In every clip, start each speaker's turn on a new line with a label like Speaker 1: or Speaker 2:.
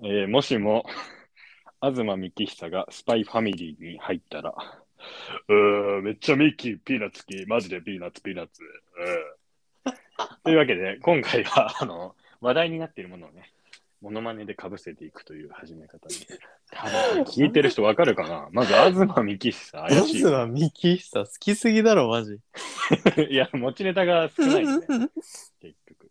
Speaker 1: えーもしも、 東幹久がスパイファミリーに入ったら、うーん、めっちゃミッキー、ピーナッツ好き、マジでピーナッツ、ピーナッツ。うん、というわけで、今回は、あの、話題になっているものをね、モノマネでかぶせていくという始め方で。多分聞いてる人わかるかなまず、東幹久、
Speaker 2: ま
Speaker 1: 怪しい
Speaker 2: ず
Speaker 1: よ。
Speaker 2: はミキヒサ好きすぎだろ、マジ。
Speaker 1: いや、持ちネタが少ない よね、結局。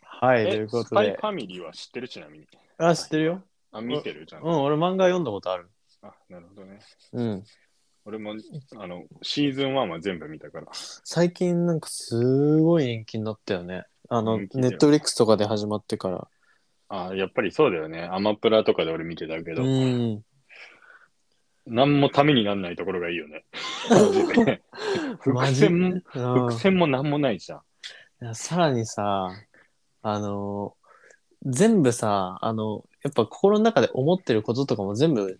Speaker 2: はい、と
Speaker 1: え
Speaker 2: いうこ
Speaker 1: ス
Speaker 2: と
Speaker 1: パイ
Speaker 2: で
Speaker 1: フ。ァミリーは知ってるちなみに。
Speaker 2: あ、知ってるよ。
Speaker 1: あ、見てるじゃん
Speaker 2: う。ん、俺漫画読んだことある。
Speaker 1: あ、なるほどね。
Speaker 2: うん。
Speaker 1: 俺も、あの、シーズン1は全部見たから。
Speaker 2: 最近なんかすごい人気になったよね。あの、
Speaker 1: 人気だ
Speaker 2: ネ
Speaker 1: よ
Speaker 2: ットフリックスとかで始まってから。
Speaker 1: あ、やっぱりそうだよね。アマプラとかで俺見てたけ
Speaker 2: う
Speaker 1: ど、
Speaker 2: ん。
Speaker 1: 何もためになんないところがいいよね。マジ で
Speaker 2: マ
Speaker 1: 伏
Speaker 2: ジ
Speaker 1: 線も、
Speaker 2: うん
Speaker 1: 伏線も何もないじゃん。
Speaker 2: いやさらにさ、あの、全部さ、あの、やっぱ心の中で思ってることとかも全部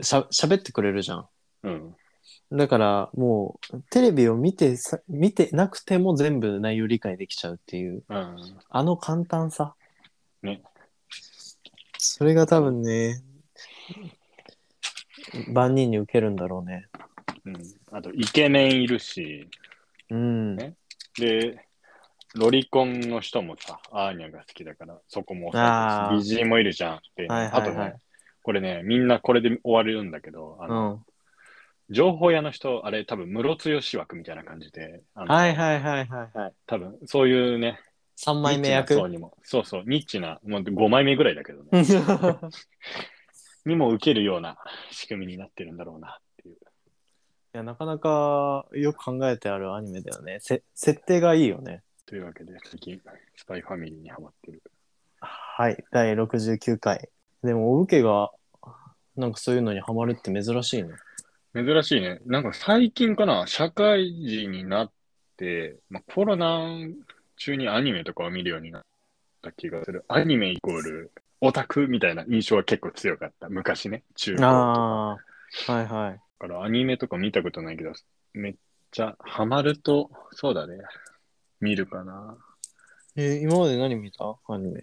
Speaker 2: しゃ喋ってくれるじゃん。
Speaker 1: うん。
Speaker 2: だからもうテレビを見てさ見てなくても全部内容理解できちゃうっていう
Speaker 1: うん。
Speaker 2: あの簡単さ
Speaker 1: ね
Speaker 2: それが多分ね万人に受けるんだろうね
Speaker 1: うん、あと、イケメンいるし、
Speaker 2: うん
Speaker 1: ねで、ロリコンの人もさ、アーニャが好きだから、そこも
Speaker 2: あー
Speaker 1: 美人もいるじゃん。で、
Speaker 2: はいはいはい
Speaker 1: あとね、これね、みんなこれで終わるんだけど、あ
Speaker 2: う
Speaker 1: の、
Speaker 2: ん
Speaker 1: 情報屋の人、あれ多分、ムロツヨシ枠みたいな感じで、あの
Speaker 2: はいはいはいはいはい
Speaker 1: 多分、そういうね、
Speaker 2: 3枚目役
Speaker 1: ニッチな層にもそうそう、ニッチな、もう5枚目ぐらいだけどね。
Speaker 2: い
Speaker 1: にも受けるような仕組みになってるんだろうなっていう。
Speaker 2: やなかなかよく考えてあるアニメだよねせ設定がいいよね
Speaker 1: というわけで、最近、スパイファミリーにハマってる。
Speaker 2: はい、第69回。でも、お受けが、なんかそういうのにハマるって珍しいね。
Speaker 1: 珍しいね。なんか最近かな、社会人になって、まあ、コロナ中にアニメとかを見るようになった気がする。アニメイコールオタクみたいな印象は結構強かった。昔ね、中高。
Speaker 2: ああ、はいはい。
Speaker 1: だからアニメとか見たことないけど、めっちゃハマると、そうだね。見るかな。
Speaker 2: え今まで何見たアニメ。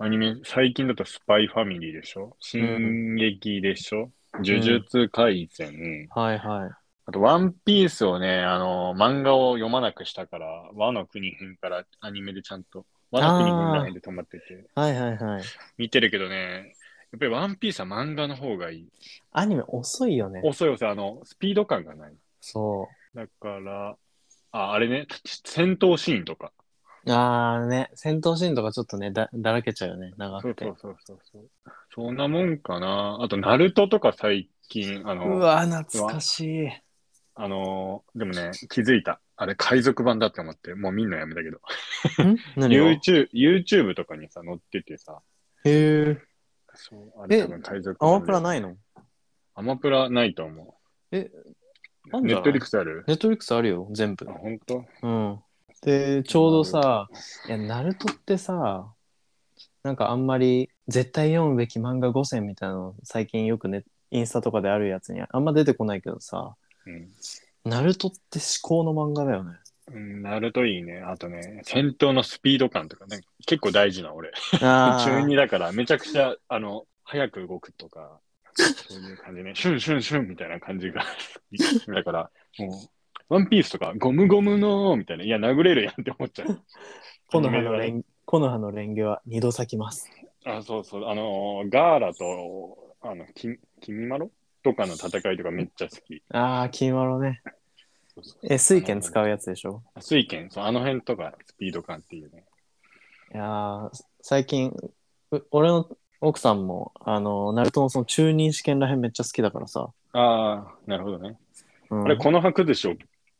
Speaker 1: アニメ、最近だとスパイファミリーでしょ進撃でしょ、呪術廻戦、
Speaker 2: はいはい。
Speaker 1: あとワンピースをね、あの、漫画を読まなくしたから、和の国編からアニメでちゃんと、和の国編らへんで止まってて、
Speaker 2: はいはいはい。
Speaker 1: 見てるけどね、やっぱりワンピースは漫画の方がいい。
Speaker 2: アニメ遅いよね。
Speaker 1: 遅い遅い、あの、スピード感がない。
Speaker 2: そ
Speaker 1: だから、あ、あれね、戦闘シーンとか。
Speaker 2: う。ああね、戦闘シーンとかちょっとね、だだらけちゃうよね、長
Speaker 1: そ
Speaker 2: く
Speaker 1: う
Speaker 2: て。
Speaker 1: そうそうそうそう。そんなもんかな。あと、ナルトとか最近、あの、
Speaker 2: わ、懐かしい。
Speaker 1: あのーでもね、気づいた。あれ、海賊版だって思って、もうみんなやめたけど。
Speaker 2: ん何をへ
Speaker 1: YouTube, YouTube とかにさ、載っててさ、
Speaker 2: え。
Speaker 1: そう、あれ
Speaker 2: え
Speaker 1: 多分海賊
Speaker 2: アマプラ
Speaker 1: い
Speaker 2: ないの
Speaker 1: アマプラないと思
Speaker 2: え、な
Speaker 1: う。
Speaker 2: んだ
Speaker 1: ネ
Speaker 2: ろ
Speaker 1: ッ
Speaker 2: う
Speaker 1: トリックスある
Speaker 2: ネットフリックスあるよ、全部
Speaker 1: あ、。ほんと
Speaker 2: うん。で、ちょうどさ、いや、ナルトってさ、なんかあんまり絶対読むべき漫画5選みたいなの最近よくね、インスタとかであるやつにあんま出てこないけどさ、
Speaker 1: うん
Speaker 2: ナルトって思考の漫画だよね。
Speaker 1: うん。ナルトいいね。あとね、戦闘のスピード感とか、ね、結構大事な俺。
Speaker 2: あ
Speaker 1: 中二だから、めちゃくちゃ、あの、早く動くとか、そういう感じね。シュンシュンシュンみたいな感じが 好き。だから、もう、ワンピースとか、ゴムゴムのーみたいな、いや、殴れるやんって思っちゃう。
Speaker 2: 木の葉
Speaker 1: ア
Speaker 2: の
Speaker 1: ニメはね
Speaker 2: レン、木の葉のレンゲは二度咲きます。
Speaker 1: あ、そうそう、あのーガーラと、あの、き、君まろとかの戦いとかめっちゃ好き。
Speaker 2: ああ、金丸ね。
Speaker 1: そうそう
Speaker 2: え、水拳使うやつでしょ
Speaker 1: あ水拳、そう、あの辺とかスピード感っていうね。
Speaker 2: いやー最近、う俺の奥さんも、あの、ナルトのその中任試験らへんめっちゃ好きだからさ。
Speaker 1: ああ、なるほどね。
Speaker 2: うん
Speaker 1: あれ、この葉崩しを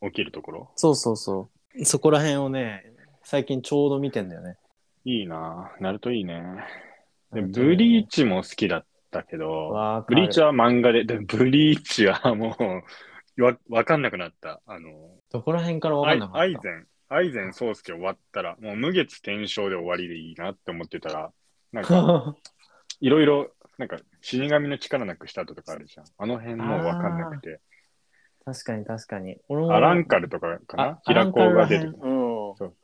Speaker 1: 起きるところ
Speaker 2: そうそうそう。そこら辺をね、最近ちょうど見てんだよね。
Speaker 1: いいなぁ。ナルトいいね。で、ブリーチも好きだったけど、
Speaker 2: わか
Speaker 1: ブ
Speaker 2: る
Speaker 1: リーチは漫画で、で、ブリーチはもう、わ、わかんなくなった。あの、
Speaker 2: どこら辺からわ
Speaker 1: ア
Speaker 2: かん
Speaker 1: イ
Speaker 2: なかった
Speaker 1: アイゼン、アイゼン宗介終わったら、もう無月転生で終わりでいいなって思ってたら、なん か、いろいろ、なんか、死神の力なくした後とかあるじゃん。あの辺もわかんなくて。
Speaker 2: 確かに確かに。俺も
Speaker 1: アランカルとかかな
Speaker 2: あアラ
Speaker 1: 平
Speaker 2: ン
Speaker 1: 子
Speaker 2: カル
Speaker 1: が
Speaker 2: らへ
Speaker 1: 出
Speaker 2: ん
Speaker 1: てくる。
Speaker 2: うん
Speaker 1: そう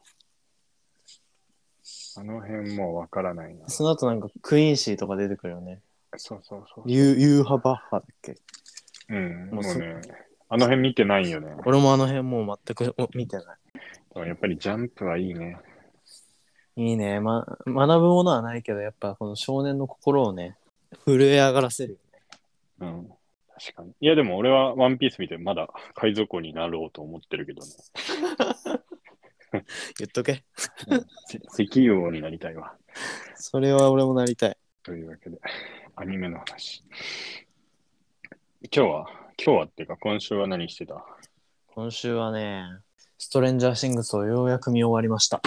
Speaker 1: あの辺もうわからないな。
Speaker 2: その後なんかクイーンシーとか出てくるよね。
Speaker 1: そうそうそう。
Speaker 2: ユーユーハバッハだっけ
Speaker 1: うん、
Speaker 2: も
Speaker 1: も
Speaker 2: う
Speaker 1: う
Speaker 2: そ
Speaker 1: ね、あの辺見てないよね。
Speaker 2: 俺もあの辺もう全くお見てない。
Speaker 1: でもやっぱりジャンプはいいね。
Speaker 2: いいね、ま、学ぶものはないけどやっぱこの少年の心をね震え上がらせるよね
Speaker 1: うん。確かに。いや、でも俺はワンピース見てまだ海賊王になろうと思ってるけどね。
Speaker 2: 言っとけ
Speaker 1: せ石油王になりたいわ。
Speaker 2: それは俺もなりたい
Speaker 1: というわけで、アニメの話。今日は、今日はっていうか、今週は何してた
Speaker 2: 今週はねストレンジャーシングスをようやく見終わりました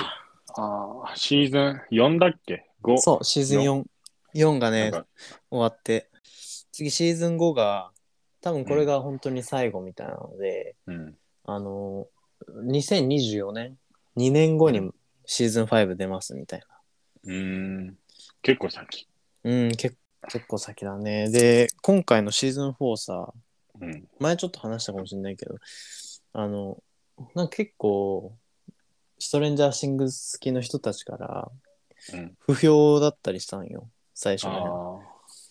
Speaker 1: ああ、シーズン4だっけ ?5。
Speaker 2: そうシーズン4 4が
Speaker 1: な
Speaker 2: ね
Speaker 1: んか
Speaker 2: 終わって次シーズン5が多分これが本当に最後みたいなので、
Speaker 1: うん。
Speaker 2: あの2024年2年後にシーズン5出ますみたいう
Speaker 1: ーん。結構先。
Speaker 2: なうん結結構先だねで今回のシーズン4さ
Speaker 1: うん。
Speaker 2: 前ちょっと話したかもしれないけどあのなんか結構ストレンジャーシングス好きの人たちから
Speaker 1: うん。
Speaker 2: 不評だったりしたんよ最初
Speaker 1: ああ
Speaker 2: ね
Speaker 1: ー、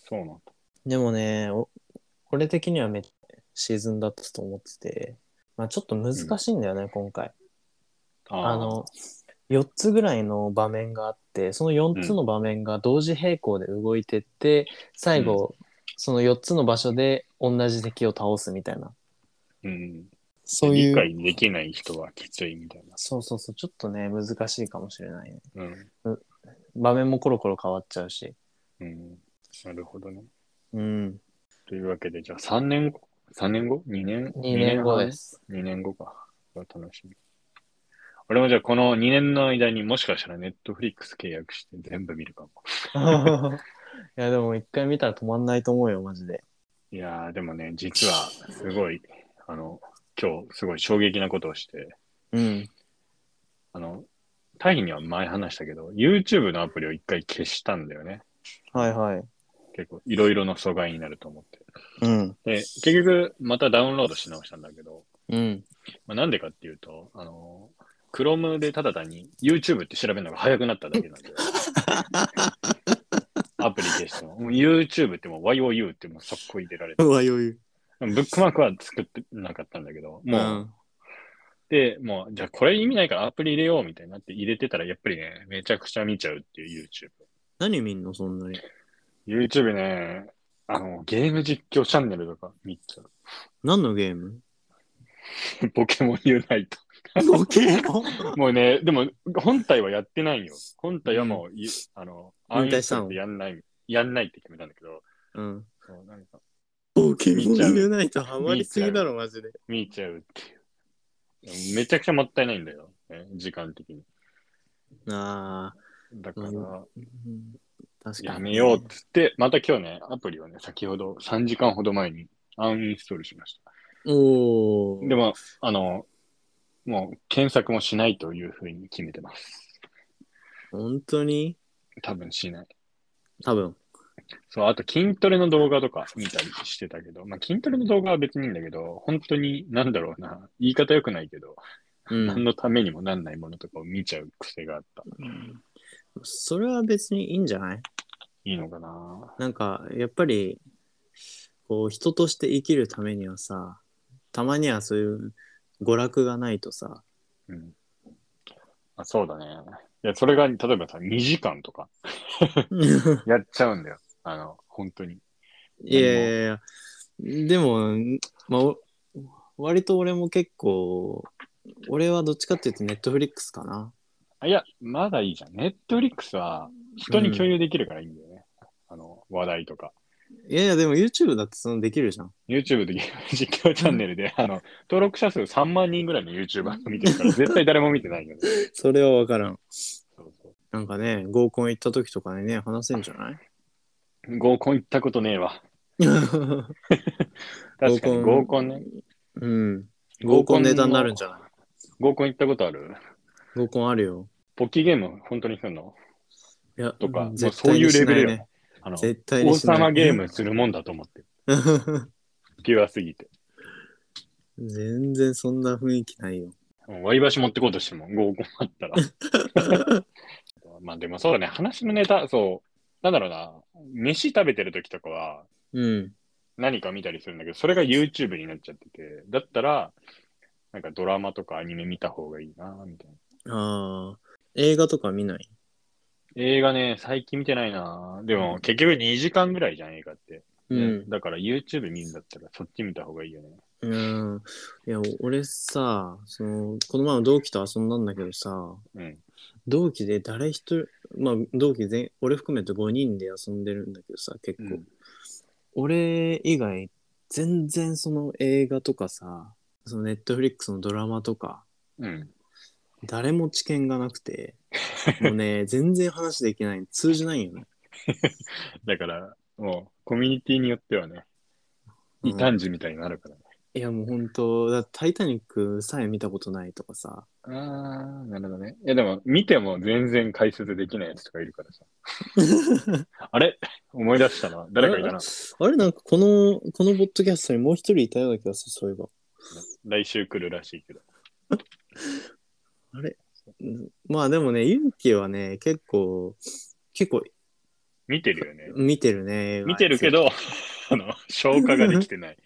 Speaker 1: そうなんだ。
Speaker 2: でもねお俺的にはめっちゃシーズンだったと思ってて、まあ、ちょっと難しいんだよね、今回
Speaker 1: あー
Speaker 2: あの4つぐらいの場面があってその4つの場面が同時並行で動いてって、最後、その4つの場所で同じ敵を倒すみたいな
Speaker 1: うん。
Speaker 2: そうい
Speaker 1: 理
Speaker 2: う
Speaker 1: 解できない人はきついみたいな。
Speaker 2: そうそうそうちょっとね難しいかもしれないね
Speaker 1: うん。
Speaker 2: 場面もコロコロ変わっちゃうし。
Speaker 1: うん。なるほどね。
Speaker 2: うん。
Speaker 1: というわけで、じゃあ3年後 ?3 年後 ?2 年
Speaker 2: 2年後で。す。
Speaker 1: 2年後か。これは楽しみ。俺もじゃあこの2年の間にもしかしたらネットフリックス契約して全部見るかも。
Speaker 2: い や、でも一回見たら止まんないと思うよ、マジで。
Speaker 1: いやー、でもね、実はすごい、あの、今日すごい衝撃なことをして、
Speaker 2: うん。
Speaker 1: あの、タイには前話したけど、YouTube のアプリを一回消したんだよね。
Speaker 2: はいはい。
Speaker 1: 結構いろいろの阻害になると思って。
Speaker 2: うん。
Speaker 1: で、結局またダウンロードし直したんだけど、
Speaker 2: うん。
Speaker 1: まあ、なんでかっていうと、あの、Chrome でただ単に YouTube って調べるのが早くなっただけなんだよ。アプリ消しても。もう YouTube ってもう YOU ってもう速攻入れられて。
Speaker 2: うわ、余裕。
Speaker 1: ブックマークは作ってなかったんだけど、もう、
Speaker 2: ん。
Speaker 1: で、もう、じゃあこれ意味ないからアプリ入れようみたいになって入れてたら、やっぱりね、めちゃくちゃ見ちゃうっていう YouTube。
Speaker 2: 何見んの、そんなに。
Speaker 1: YouTube ね、あの、ゲーム実況チャンネルとか見ちゃう。
Speaker 2: 何のゲーム
Speaker 1: ポケモンユナイト。
Speaker 2: ボケモン
Speaker 1: もうね、でも、本体はやってないよ。本体はもう、いあの、
Speaker 2: 引退した
Speaker 1: アン
Speaker 2: の
Speaker 1: インストールってやんない、やんないって決めたんだけど、
Speaker 2: うん。
Speaker 1: そうなんか、
Speaker 2: ボケ
Speaker 1: モンユ
Speaker 2: ナイトハ
Speaker 1: マりすぎだろ、
Speaker 2: マジで。
Speaker 1: 見ちゃうっていう。めちゃくちゃもったいないんだよ、ね、時間的に。
Speaker 2: ああ。
Speaker 1: だから、
Speaker 2: うん確かに。
Speaker 1: やめようっ。つって、また今日ね、アプリをね、先ほど3時間ほど前にアンインストールしました。
Speaker 2: おお。
Speaker 1: でも、あの、もう検索もしないというふうに決めてます。
Speaker 2: 本当に
Speaker 1: 多分しない。
Speaker 2: 多分。
Speaker 1: そう、あと筋トレの動画とか見たりしてたけど、まあ筋トレの動画は別にいいんだけど、本当になんだろうな、言い方良くないけど、
Speaker 2: う
Speaker 1: 何
Speaker 2: ん。
Speaker 1: のためにもなんないものとかを見ちゃう癖があった。
Speaker 2: それは別にいいんじゃない
Speaker 1: いいのかな
Speaker 2: なんかやっぱりこう人として生きるためにはさたまにはそういう娯楽がないとさ
Speaker 1: うん。あ、そうだね。いや、それが、例えばさ、2時間とかやっちゃうんだよ。あの、本当に。
Speaker 2: いやいやいやでも、まあ、お割と俺も結構俺はどっちかっていうとネットフリックスかな
Speaker 1: あいや、まだいいじゃん。ネットフリックスは人に共有できるからいいんだよね。あの、話題とか。
Speaker 2: いやいやでも YouTube だってそのできるじゃん
Speaker 1: YouTube でゲーム実況チャンネルで、あの、登録者数3万人ぐらいの YouTuber が見てるから、絶対誰も見てないよね。
Speaker 2: それは分からん
Speaker 1: そうそ
Speaker 2: なんかね合コン行った時とかにね話せんじゃ ないう
Speaker 1: 合コン行ったことねえわ。
Speaker 2: 合
Speaker 1: 確かに合コンね。
Speaker 2: うん合コンネタになるんじゃない
Speaker 1: 合コン行ったことある
Speaker 2: 合コンあるよ
Speaker 1: ポッキーゲーム本当にするの
Speaker 2: いや
Speaker 1: とか、
Speaker 2: うん
Speaker 1: もうそういうレベルよ。
Speaker 2: 絶
Speaker 1: あの、
Speaker 2: 対にしないね絶対
Speaker 1: 王
Speaker 2: にしない
Speaker 1: 様ゲームするもんだと思ってる。ピュアすぎて。
Speaker 2: 全然そんな雰囲気ないよ。
Speaker 1: もう割り箸持ってこうとしても合コンあったら。まあでもそうだね、話のネタ、そう、なんだろうな、飯食べてる時とかは
Speaker 2: うん。
Speaker 1: 何か見たりするんだけど、それが YouTube になっちゃってて、だったら、なんかドラマとかアニメ見た方がいいな、みたいな。
Speaker 2: ああ。映画とか見ない
Speaker 1: 映画ね、最近見てないな。でも、結局2時間ぐらいじゃん、映画って。
Speaker 2: うん。
Speaker 1: だから YouTube 見るんだったら、そっち見た方がいいよね。
Speaker 2: うん。いや、俺さ、その、この前も同期と遊んだんだけどさ、
Speaker 1: うん。
Speaker 2: 同期で誰一人、まあ、同期全、俺含めて5人で遊んでるんだけどさ、結構。
Speaker 1: うん
Speaker 2: 俺以外、全然その映画とかさ、そのネットフリックスのドラマとか、
Speaker 1: うん。
Speaker 2: 誰も知見がな くて、もうね、全然話できない、通じないよね。
Speaker 1: だから、もう、コミュニティによってはね、
Speaker 2: うん
Speaker 1: 異端児みたいになるからね。
Speaker 2: いや、もう本当だタイタニックさえ見たことないとかさ、
Speaker 1: あー、なるほどね。いや、でも、見ても全然解説できないやつとかいるから さ。あれ思い出したな。誰かいたな。
Speaker 2: あれなんかこの、このポッドキャストにもう一人いたような気がする、そういえば。
Speaker 1: 来週来るらしいけど。
Speaker 2: うんまあでもね、ユンキはね、結構、結構
Speaker 1: 見てるよね。
Speaker 2: 見てるね。
Speaker 1: 見てるけ。ど、 あの、消化ができてない。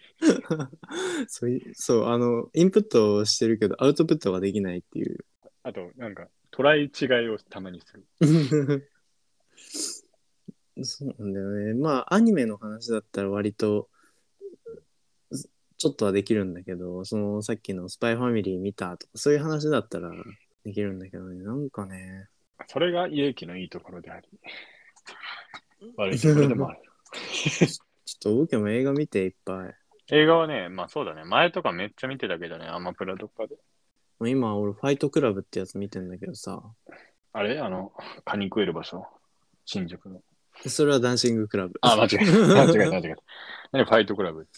Speaker 2: そうい、そう、あの、インプットをしてるけど、アウトプットができないっていう。
Speaker 1: あと、なんか、捉え違いをたまにする。
Speaker 2: そうなんだよね。まあ、アニメの話だったら割と、ちょっとはできるんだけど、そのさっきのスパイファミリー見たとか、そういう話だったらできるんだけどね、なんかね、
Speaker 1: それが勇気のいいところであ り。悪いところでもある。
Speaker 2: ちょっと大きも映画見ていっぱい。
Speaker 1: 映画はね、まあそうだね。前とかめっちゃ見てたけどね、アマプラとかで。
Speaker 2: もう今、俺、ファイトクラブってやつ見てんだけどさ、
Speaker 1: あれあの、カニ食える場所。新宿の。
Speaker 2: それはダンシングクラブ。
Speaker 1: あ、間違えた。間違えた、間
Speaker 2: フ
Speaker 1: 違えた。何ファイトクラブって。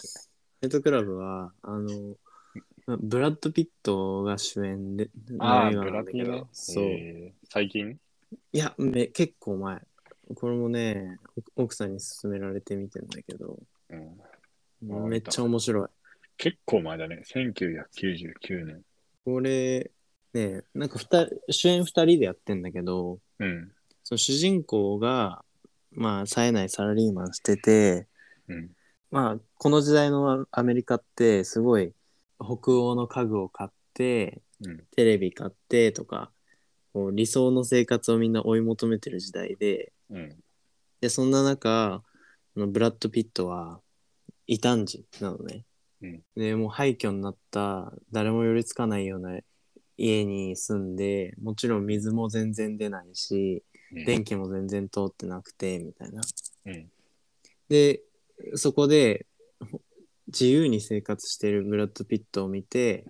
Speaker 2: ァイトクラブは、あの、まブラッド・ピットが主演で、
Speaker 1: ああ、
Speaker 2: の映
Speaker 1: ブ
Speaker 2: 画な
Speaker 1: ラ
Speaker 2: んだ
Speaker 1: ピ
Speaker 2: け
Speaker 1: ー
Speaker 2: ど、
Speaker 1: ね。
Speaker 2: そう。
Speaker 1: えー最近
Speaker 2: いやめ、結構前。これもね、お奥さんに勧められて見てんだけど、
Speaker 1: うん。あ
Speaker 2: めっちゃ面白い。
Speaker 1: 結構前だね。1999年。
Speaker 2: これ、ね、なんか二人主演2人でやってんだけど、
Speaker 1: うん。
Speaker 2: その主人公が、まあ、冴えないサラリーマンしてて、
Speaker 1: うん。
Speaker 2: まあ、この時代のアメリカって、すごい、北欧の家具を買って、
Speaker 1: うん。
Speaker 2: テレビ買ってとか、こう理想の生活をみんな追い求めてる時代で、
Speaker 1: うん。
Speaker 2: で、そんな中、あのブラッド・ピットは異端児なのね。
Speaker 1: うん
Speaker 2: で、もう廃墟になった、誰も寄りつかないような家に住んで、もちろん水も全然出ないし、
Speaker 1: うん
Speaker 2: 電気も全然通ってなくて、みたいな。
Speaker 1: うん。
Speaker 2: で、そこでほ自由に生活してるブラッド・ピットを見て、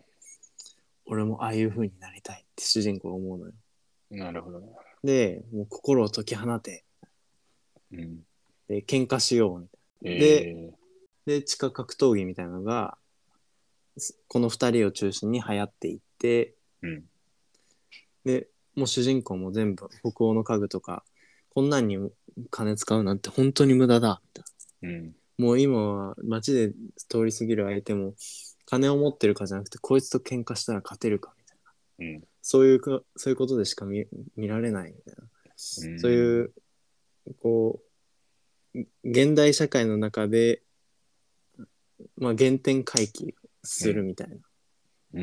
Speaker 2: 俺もああいう風になりたいって主人公は思うのよ。
Speaker 1: なるほどね。
Speaker 2: で、もう心を解き放て、
Speaker 1: うん。
Speaker 2: で、喧嘩しようみたいな。
Speaker 1: えー、
Speaker 2: で地下格闘技みたいなのがすこの2人を中心に流行っていって
Speaker 1: うん。
Speaker 2: でもう主人公も全部北欧の家具とかこんなんに金使うなんて本当に無駄だみたい
Speaker 1: うん。
Speaker 2: なもう今は街で通り過ぎる相手も金を持ってるかじゃなくてこいつと喧嘩したら勝てるかみたいな
Speaker 1: うん。
Speaker 2: そういうかそういうことでしか見見られないみたいな、
Speaker 1: うん
Speaker 2: そういうこう現代社会の中で、まあ、原点回帰するみたいな。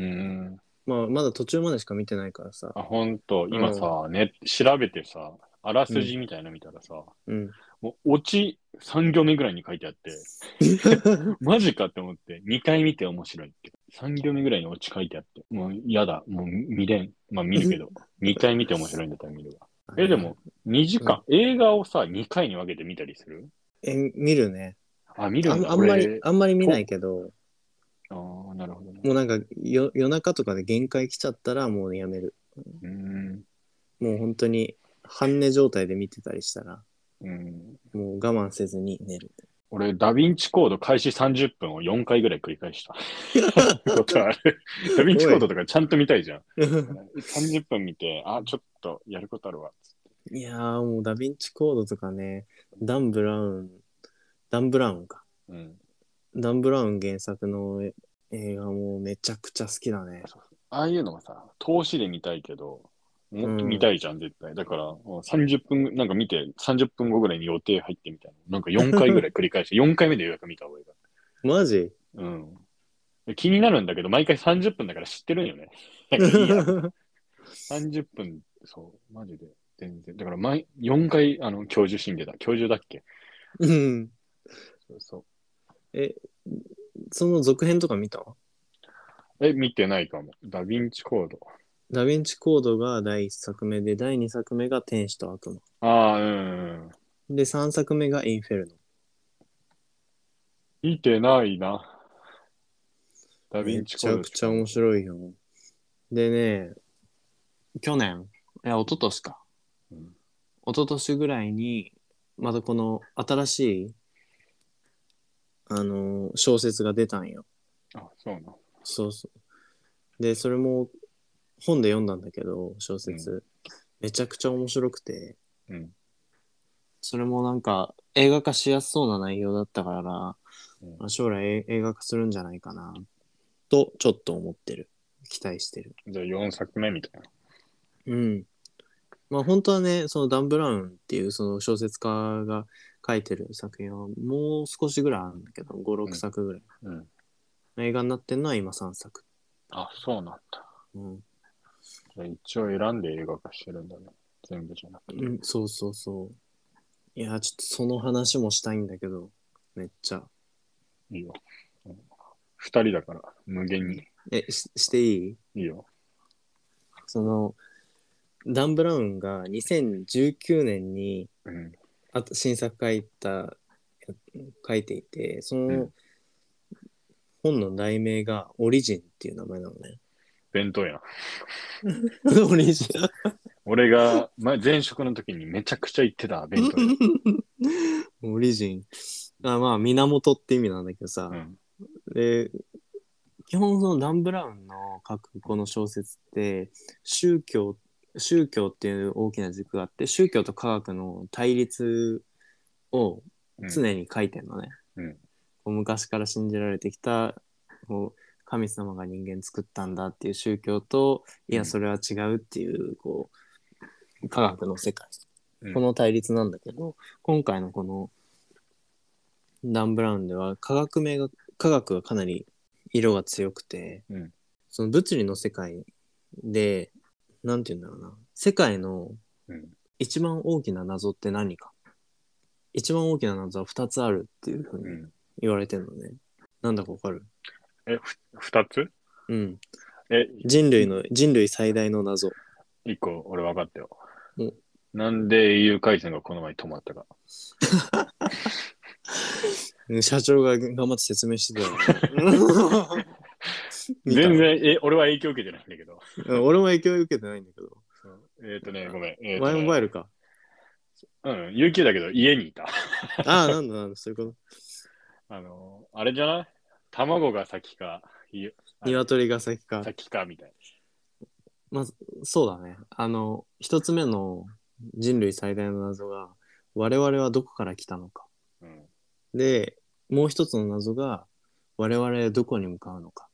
Speaker 1: うん。
Speaker 2: まあ、まだ途中までしか見てないからさ
Speaker 1: あ、。ほんと、今さ、ね、調べてさ、あらすじみたいなの見たらさ、
Speaker 2: うん。
Speaker 1: もう、オチ3行目ぐらいに書いてあって、マジかって思って、2回見て面白いって。3行目ぐらいにオチ書いてあって、もう嫌だ、もう見れん。まあ見る けど、2回見て面白いんだったら見るわ。 え、でも、2時間、映画をさ、2回に分けて見たりする
Speaker 2: え、見るね。
Speaker 1: あ、見る
Speaker 2: あ
Speaker 1: ん
Speaker 2: ん
Speaker 1: だ
Speaker 2: あんまり
Speaker 1: 俺、
Speaker 2: あんまり見ないけど、
Speaker 1: あーなるほどね。
Speaker 2: もうなんかよ夜中とかで限界来ちゃったらもうやめる。
Speaker 1: うーん。
Speaker 2: もう本当に半寝状態で見てたりしたら、
Speaker 1: うん。
Speaker 2: もう我慢せずに 寝る。
Speaker 1: 俺、ダヴィンチコード開始30分を4回ぐらい繰り返 した。ことあるダヴィンチコードとかちゃんと見たいじゃん。30分見て、あ、ちょっとやることあるわ。
Speaker 2: いやーもうダヴィンチコードとかね、ダン・ブラウン、ダン・ブラウンか。
Speaker 1: うん。
Speaker 2: ダン・ブラウン原作のえ映画もめちゃくちゃ好きだね。
Speaker 1: ああいうのがさ、投資で見たいけど、も
Speaker 2: うん
Speaker 1: 見たいじゃん、絶対。だから、もう30分、なんか見て、30分後ぐらいに予定入ってみたいな。なんか4回ぐらい繰り返して、4回目で予約見た方がいいか
Speaker 2: マジ
Speaker 1: ら。うん。で気になるんだけど、毎回30分だから知ってるんよ ね。だからいいや30分、そう、マジで。全然。だから毎、4回、あの、教授死んでた。教授だっけ
Speaker 2: うん。
Speaker 1: そうそ
Speaker 2: その続編とか見た
Speaker 1: う。え、見てないかも。ダヴィンチコード。
Speaker 2: ダヴィンチコードが第1作目で、第2作目が天使と悪魔。
Speaker 1: ああ、うんうん。
Speaker 2: で、3作目がインフェルノ。
Speaker 1: 見てないな。ダヴィ
Speaker 2: め
Speaker 1: ンチ
Speaker 2: ち
Speaker 1: コー
Speaker 2: ゃ
Speaker 1: ド。
Speaker 2: くちゃ面白いよ。でね、去年、いや、一昨年か。
Speaker 1: うん
Speaker 2: 一昨年ぐらいに、またこの新しい、あのー小説が出たんよ。
Speaker 1: あ、そうな。
Speaker 2: そうそう。で、それも本で読んだんだけど、小説。めちゃくちゃ面白くて、
Speaker 1: うん。
Speaker 2: それもなんか映画化しやすそうな内容だったからな、
Speaker 1: うん
Speaker 2: まあ将来映画化するんじゃないかな、とちょっと思ってる。期待してる。
Speaker 1: じゃあ4作目みたいな。
Speaker 2: うん。まあ本当はね、そのダン・ブラウンっていうその小説家が書いてる作品はもう少しぐらいあるんだけど、5、
Speaker 1: うん
Speaker 2: 6作ぐらい。
Speaker 1: うん。
Speaker 2: 映画になってんのは今3作。
Speaker 1: あ、そうなんだ。
Speaker 2: うん。
Speaker 1: じゃあ一応選んで映画化してるんだね。全部じゃなくて。
Speaker 2: うん、そうそうそう。いや、ちょっとその話もしたいんだけど、めっちゃ。
Speaker 1: いいよ。うん二人だから、無限に。
Speaker 2: え、ししていい
Speaker 1: いいよ。
Speaker 2: その、ダン・ブラウンが2019年に
Speaker 1: うん。
Speaker 2: あと新作書いた、書いていて、その
Speaker 1: ん
Speaker 2: 本の題名がオリジンっていう名前なのね。
Speaker 1: 弁当やん。
Speaker 2: オリジン
Speaker 1: 俺が前前職の時にめちゃくちゃ言ってた弁当屋。
Speaker 2: オリジン。あまあ、源って意味なんだけどさ。
Speaker 1: うん。
Speaker 2: で基本そのダン・ブラウンの書くこの小説って宗教宗教っていう大きな軸があって宗教と科学の対立を
Speaker 1: うん
Speaker 2: 常に書いてんのね、
Speaker 1: うん
Speaker 2: こう昔から信じられてきたこう神様が人間作ったんだっていう宗教といや
Speaker 1: うん
Speaker 2: それは違うっていうこう科学の世界
Speaker 1: うん
Speaker 2: この対立なんだけど、今回のこのダン・ブラウンでは科学名が科学がかなり色が強くて、
Speaker 1: うん
Speaker 2: その物理の世界でなんて言うんだろうな世界の
Speaker 1: うん
Speaker 2: 一番大きな謎って何か、一番大きな謎は2つあるっていうふ
Speaker 1: う
Speaker 2: うに
Speaker 1: ん。
Speaker 2: 言われてるのね、なんだかわかる
Speaker 1: え、ふ二つ
Speaker 2: うん
Speaker 1: え、
Speaker 2: 人類の人類最大の謎
Speaker 1: 一個俺分かったよ
Speaker 2: うん。
Speaker 1: なんで au 回線がこの前止まったか。
Speaker 2: うん社長が頑張って説明してたよ、 ね、見た
Speaker 1: 全然、え、俺は影響受けてないんだけど。
Speaker 2: うん俺も影響受けてないんだけど
Speaker 1: えっ、とね、ごめん。えーとね
Speaker 2: マイモバイルか。
Speaker 1: うん、UQ だけど家にいた。
Speaker 2: ああ、なんだなん だ、そういうこ
Speaker 1: あのーあれじゃない卵が先か、い
Speaker 2: と。鶏が先か。
Speaker 1: 先かみたい
Speaker 2: そうだね。あの、一つ目の人類最大の謎が、我々はどこから来たのか。
Speaker 1: な。うん。
Speaker 2: で、もう一つの謎が、我々はどこに向かうのか。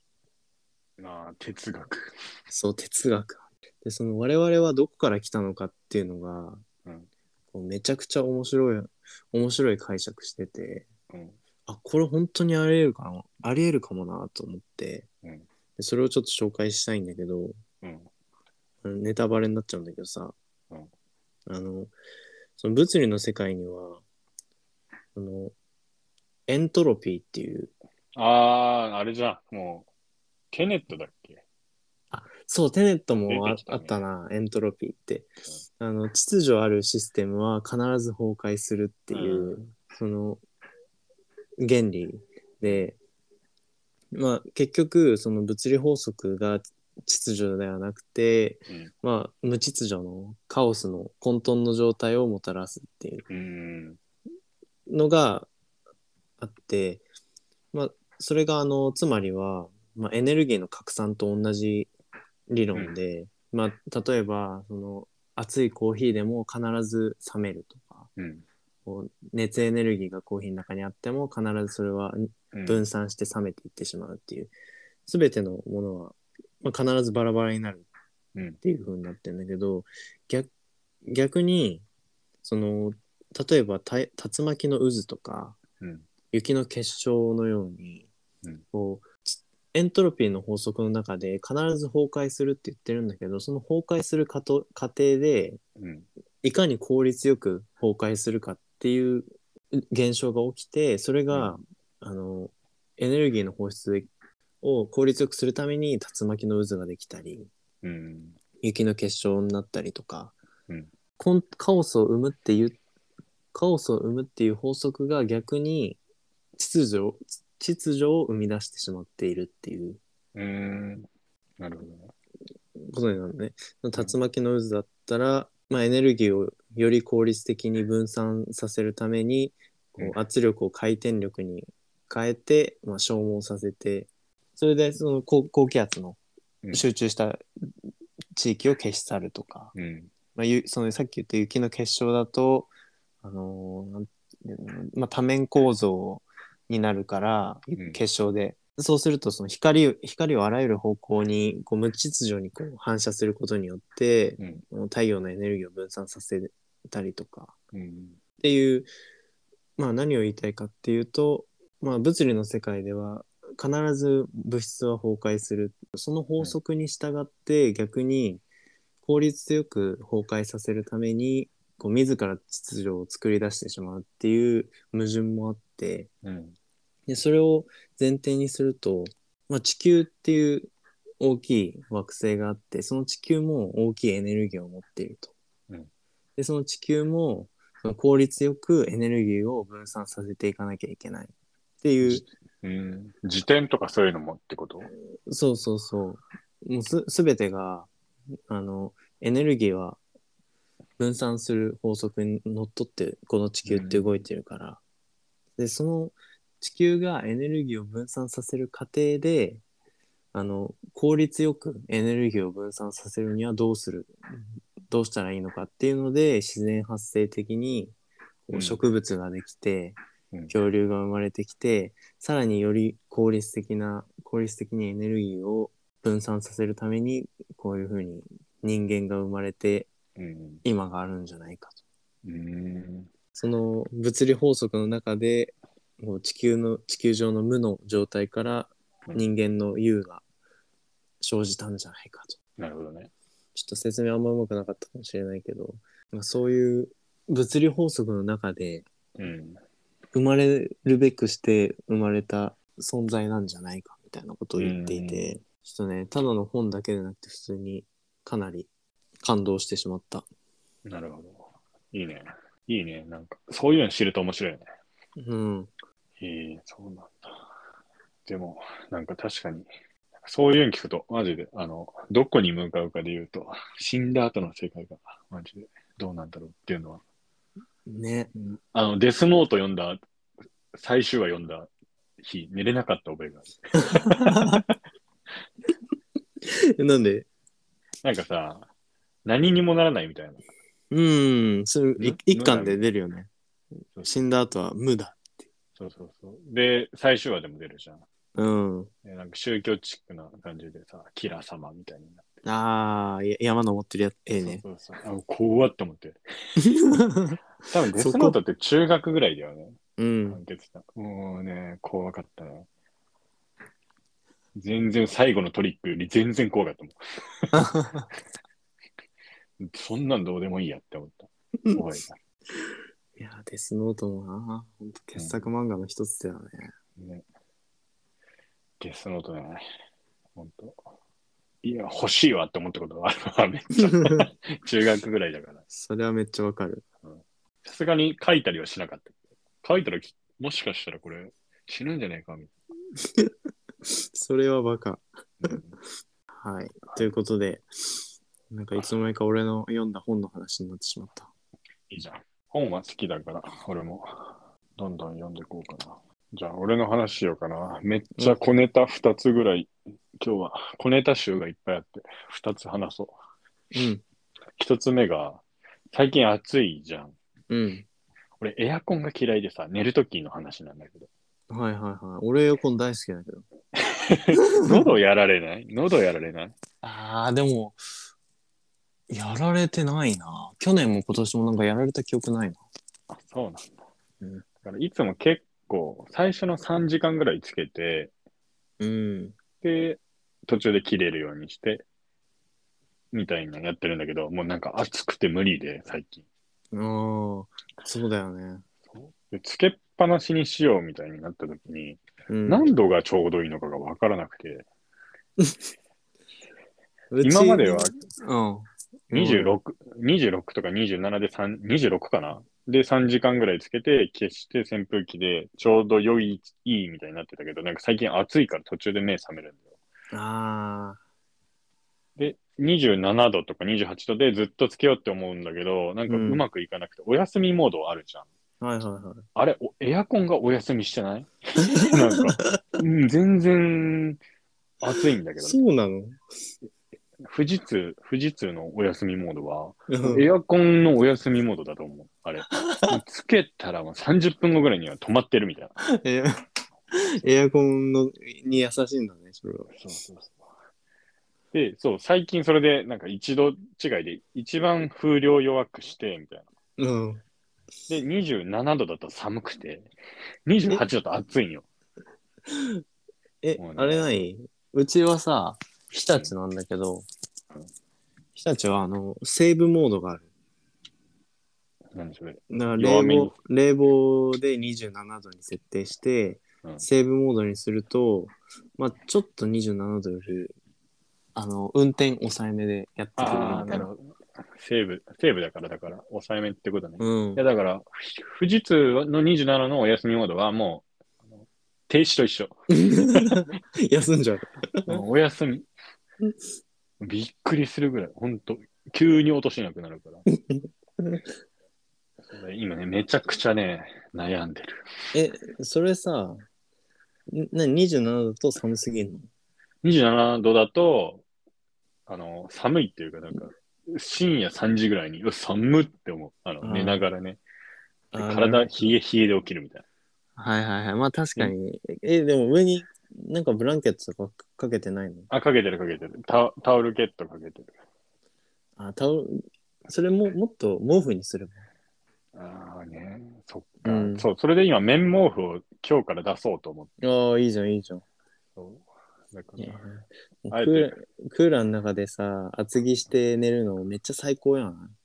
Speaker 1: まあ、哲学。
Speaker 2: そう、哲学。で、その我々はどこから来たのかっていうのが、
Speaker 1: うん
Speaker 2: こうめちゃくちゃ面白い、面白い解釈してて、
Speaker 1: うん。
Speaker 2: あ、これ本当にあり得るかな、あり得るかもなと思って、
Speaker 1: うん
Speaker 2: でそれをちょっと紹介したいんだけど、
Speaker 1: うん。
Speaker 2: ネタバレになっちゃうんだけどさ、
Speaker 1: うん
Speaker 2: あのその物理の世界にはあのエントロピーっていう
Speaker 1: あー、あれじゃん。もう、ケネットだっけ
Speaker 2: そうテネットもあ,、
Speaker 1: 出てきたね
Speaker 2: ったなエントロピーって、あの秩序あるシステムは必ず崩壊するっていう、その原理でまあ結局その物理法則が秩序ではなくて
Speaker 1: うん
Speaker 2: まあ、無秩序のカオスの混沌の状態をもたらすっていう。
Speaker 1: うん。
Speaker 2: のがあって、まあ、それがあのつまりは、まあ、エネルギーの拡散と同じ理論で、まあ、例えばその熱いコーヒーでも必ず冷めるとか
Speaker 1: うん。
Speaker 2: こう熱エネルギーがコーヒーの中にあっても必ずそれは
Speaker 1: うん。
Speaker 2: 分散して冷めていってしまうっていう全てのものは、まあ、必ずバラバラになる
Speaker 1: うん
Speaker 2: っていう風になってんだけど、逆逆にその例えばた竜巻の渦とか
Speaker 1: うん
Speaker 2: 雪の結晶のように、
Speaker 1: うん
Speaker 2: こうちエントロピーの法則の中で必ず崩壊するって言ってるんだけどその崩壊する過と過程で
Speaker 1: うん
Speaker 2: いかに効率よく崩壊するかっていう現象が起きてそれが、あのエネルギーの放出を効率よくするために竜巻の渦ができたり
Speaker 1: うん
Speaker 2: 雪の結晶になったりとか、
Speaker 1: うん
Speaker 2: コンカオスを生むっていうカオスを生むっていう法則が逆に秩序を秩序を生み出してしまっているっていう
Speaker 1: うんなるほどね
Speaker 2: ことになるのね。竜巻の渦だったら、まあ、エネルギーをより効率的に分散させるためにこ
Speaker 1: うん
Speaker 2: う圧力を回転力に変えて、まあ、消耗させてそれでその高高気圧の
Speaker 1: うん
Speaker 2: 集中した地域を消し去るとか、
Speaker 1: うん
Speaker 2: まあ、ゆそのさっき言った雪の結晶だと、あのーなんまあ、多面構造になるから
Speaker 1: うん
Speaker 2: 結晶で、そうするとその光を光をあらゆる方向にこう無秩序にこう反射することによって、
Speaker 1: うん
Speaker 2: この太陽のエネルギーを分散させたりとか
Speaker 1: うん
Speaker 2: っていう、まあ、何を言いたいかっていうと、まあ、物理の世界では必ず物質は崩壊するその法則に従って逆に効率よく崩壊させるためにこう自ら秩序を作り出してしまうっていう矛盾もあって
Speaker 1: うん
Speaker 2: でそれを前提にすると、まあ、地球っていう大きい惑星があってその地球も大きいエネルギーを持っていると。
Speaker 1: うん
Speaker 2: でその地球もその効率よくエネルギーを分散させていかなきゃいけないっていう
Speaker 1: うん辞典とかそういうのもってこと
Speaker 2: そうそうそうもうす全てがあのエネルギーは分散する法則にのっとってこの地球って動いてるから、でその地球がエネルギーを分散させる過程であの効率よくエネルギーを分散させるにはどうするどうしたらいいのかっていうので自然発生的にこ
Speaker 1: うん
Speaker 2: う植物ができ
Speaker 1: う
Speaker 2: て、
Speaker 1: ん
Speaker 2: 恐竜が生まれてきてさらにより効率的な効率的にエネルギーを分散させるためにこういうふうに人間が生まれて
Speaker 1: うん
Speaker 2: 今があるんじゃないかと。
Speaker 1: うん
Speaker 2: その物理法則の中でもう地球の地球上の無の状態から人間の有が生じたんじゃないかと
Speaker 1: なるほどね
Speaker 2: ちょっと説明あんまうまくなかったかもしれないけど、まあ、そういう物理法則の中で
Speaker 1: うん
Speaker 2: 生まれるべくして生まれた存在なんじゃないかみたいなことを言っていて、ちょっとねただの本だけでなくて普通にかなり感動してしまった。
Speaker 1: なるほどいいねいいねなんかそういうの知ると面白いね
Speaker 2: うん、
Speaker 1: ええ、そうなんだ。でも、なんか確かに、そういうの聞くと、マジで、あの、どこに向かうかで言うと、死んだ後の世界が、マジで、どうなんだろうっていうのは、
Speaker 2: ね
Speaker 1: あの、デスノート読んだ、最終話読んだ日、寝れなかった覚えがある。
Speaker 2: なんで
Speaker 1: なんかさ、何にもならないみたいな。
Speaker 2: うん、それい
Speaker 1: む
Speaker 2: 一巻で出るよね
Speaker 1: 無。だ
Speaker 2: 死んだ後は無だ。
Speaker 1: そうそうそう。で、最終話でも出るじゃん。
Speaker 2: うん。
Speaker 1: でなんか宗教チックな感じでさ、キラ様みたいになって。
Speaker 2: ああ、や山登ってるやつ、え えね。
Speaker 1: そうそうそう。あ怖って思って。多分デスノートって中学ぐらいだよね。
Speaker 2: うん。
Speaker 1: 完結した。もうね、怖かったね。全然最後のトリックより全然怖かったもん。そんなんどうでもいいやって思 った。怖い
Speaker 2: いや、デスノートもな、本当傑作漫画の一つだよね。
Speaker 1: な。ね、ゲスノートね。ほんと。いや、欲しいわって思ったことがあるめっちゃ。中学ぐらいだから。
Speaker 2: それはめっちゃわかる。
Speaker 1: さすがに書いたりはしなかった。書いたらきもしかしたらこれ死ぬんじゃないかみ
Speaker 2: それはバカ。
Speaker 1: たいな。うん
Speaker 2: はい。ということで、なんかいつの間にか俺の読んだ本の話になってしまった。
Speaker 1: いいじゃん。本は好きだから、俺も、どんどん読んでいこうかな。じゃあ、俺の話しようかな。めっちゃ小ネタ2つぐらい、今日は小ネタ集がいっぱいあって、2つ話そう。
Speaker 2: うん。
Speaker 1: 1つ目が、最近暑いじゃん。
Speaker 2: うん。
Speaker 1: 俺、エアコンが嫌いでさ、寝るときの話なんだけど。
Speaker 2: はいはいはい。俺エアコン大好きだけど。
Speaker 1: 喉やられない喉やられない
Speaker 2: ああ、でも、やられてないな。去年も今年もなんかやられた記憶ないな。
Speaker 1: あ、そうなんだ。
Speaker 2: うん
Speaker 1: だからいつも結構、最初の3時間ぐらいつけて、
Speaker 2: うん。
Speaker 1: で、途中で切れるようにして、みたいなのやってるんだけど、もうなんか暑くて無理で、最近。
Speaker 2: ああ、そうだよね。
Speaker 1: でつけっぱなしにしようみたいになった時に、
Speaker 2: うん、
Speaker 1: 何度がちょうどいいのかが分からなくて、
Speaker 2: うち
Speaker 1: 今までは、
Speaker 2: うん。
Speaker 1: 26、26とか27で3、26かなで3時間ぐらいつけて、消して扇風機でちょうど良い、いいみたいになってたけど、なんか最近暑いから途中で目覚めるんだよ。
Speaker 2: ああ、
Speaker 1: で、27度とか28度でずっとつけようって思うんだけど、なんかうまくいかなくて、お休みモードあるじゃん。
Speaker 2: はいはいはい。
Speaker 1: あれ、おエアコンがお休みしてない なんか、うん、全然暑いんだけど、
Speaker 2: そうなの
Speaker 1: 富士通、富士通のお休みモードは、エアコンのお休みモードだと思う。あ れ。つけたらもう30分後ぐらいには止まってるみたいな。
Speaker 2: エアエアコンのに優しいんだね、それは。
Speaker 1: そうそうそう。で、そう、最近それで、なんか一度違いで、一番風量弱くして、みたいな。
Speaker 2: うん。
Speaker 1: で、27度だと寒くて、28度だと暑いんよ。
Speaker 2: え、あれないうちはさ、日立なんだけど
Speaker 1: うん、
Speaker 2: 日立はあの、セーブモードがある。
Speaker 1: 何それ。
Speaker 2: だから
Speaker 1: 弱
Speaker 2: 冷
Speaker 1: めに
Speaker 2: 房冷房で27度に設定して、
Speaker 1: うん
Speaker 2: セーブモードにすると、まあ、ちょっと27度よりあの運転抑えめでやってくれる
Speaker 1: ああ、
Speaker 2: みた
Speaker 1: ないるほ
Speaker 2: な。
Speaker 1: ど。西部、西部だからだから、抑えめってことね。
Speaker 2: う
Speaker 1: い
Speaker 2: ん
Speaker 1: や、、だから、ふ富士通の27のお休みモードはもう、あの停止と一緒。
Speaker 2: 休んじ ゃう。
Speaker 1: うんお休み。びっくりするぐらい、ほんと、急に落としなくなるから。それ 今ね、めちゃくちゃね、悩んでる。
Speaker 2: え、それさ、な27度と寒すぎんの
Speaker 1: 27度だと、あの、寒いっていうか、なんか、深夜3時ぐらいに、うわ寒って思う。あ
Speaker 2: う
Speaker 1: の、
Speaker 2: ん
Speaker 1: 寝ながらね。で
Speaker 2: あー
Speaker 1: 体、冷え、冷えで起きるみたい
Speaker 2: はいはいはい。まあ確かに。え、でも上になんかブランケットとかかけてないの
Speaker 1: な。あ、かけてるかけてる。タオタオルケットかけてる。
Speaker 2: あ、タオル、それももっと毛布にすれば。
Speaker 1: ああね、そっか、
Speaker 2: うん
Speaker 1: そう、それで今、綿毛布を今日から出そうと思って。
Speaker 2: ああ、いいじゃん、いいじゃん。
Speaker 1: そうだか
Speaker 2: いや
Speaker 1: ら
Speaker 2: もう
Speaker 1: あえて
Speaker 2: クーラークーラーの中でさ、厚着して寝るのめっちゃ最高やん。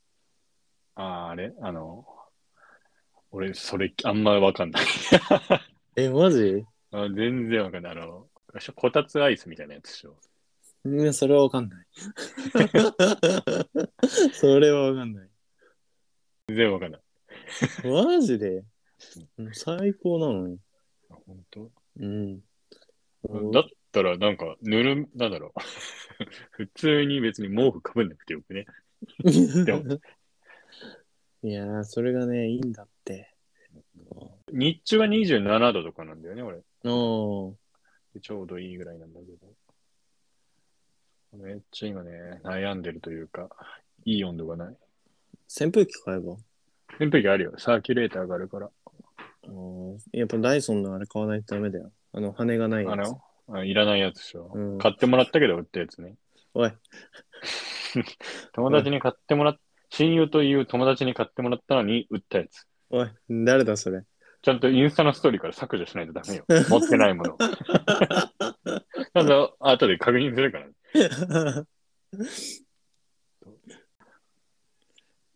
Speaker 1: あーあれあの、俺、それ、あんまわかんない。
Speaker 2: え、マジ
Speaker 1: あ全然わかんない。あの、こたつアイスみたいなやつでしょ。
Speaker 2: うん、それはわかん ない。それはわかんない。
Speaker 1: 全然わかんない。
Speaker 2: マジで最高なのに。
Speaker 1: あ本当
Speaker 2: うん。
Speaker 1: だったら、なんか、ぬる、なんだろう。 普通に別に毛布かぶんなくてよくね。も
Speaker 2: いやー、それがね、いいんだって。
Speaker 1: 日中は27度とかなんだよね、俺。
Speaker 2: おー
Speaker 1: でちょうどいいぐらいなんだけど。めっちゃ今ね、悩んでるというか、いい温度がない。
Speaker 2: 扇風機買えば。
Speaker 1: 扇風機あるよ。サーキュレーターがあるから。
Speaker 2: おーやっぱダイソンのあれ買わないとダメだよ。あの、羽がないや
Speaker 1: あ
Speaker 2: つ。
Speaker 1: のあいらないやつでしょ、
Speaker 2: うん
Speaker 1: 買ってもらったけど売ったやつね。
Speaker 2: おい。
Speaker 1: 友達に買ってもらっ、親友という友達に買ってもらったのに売ったやつ。
Speaker 2: おい、誰だそれ。
Speaker 1: ちゃんとインスタのストーリーから削除しないとダメよ。持ってない もの。ちゃんと後で確認するから、ね、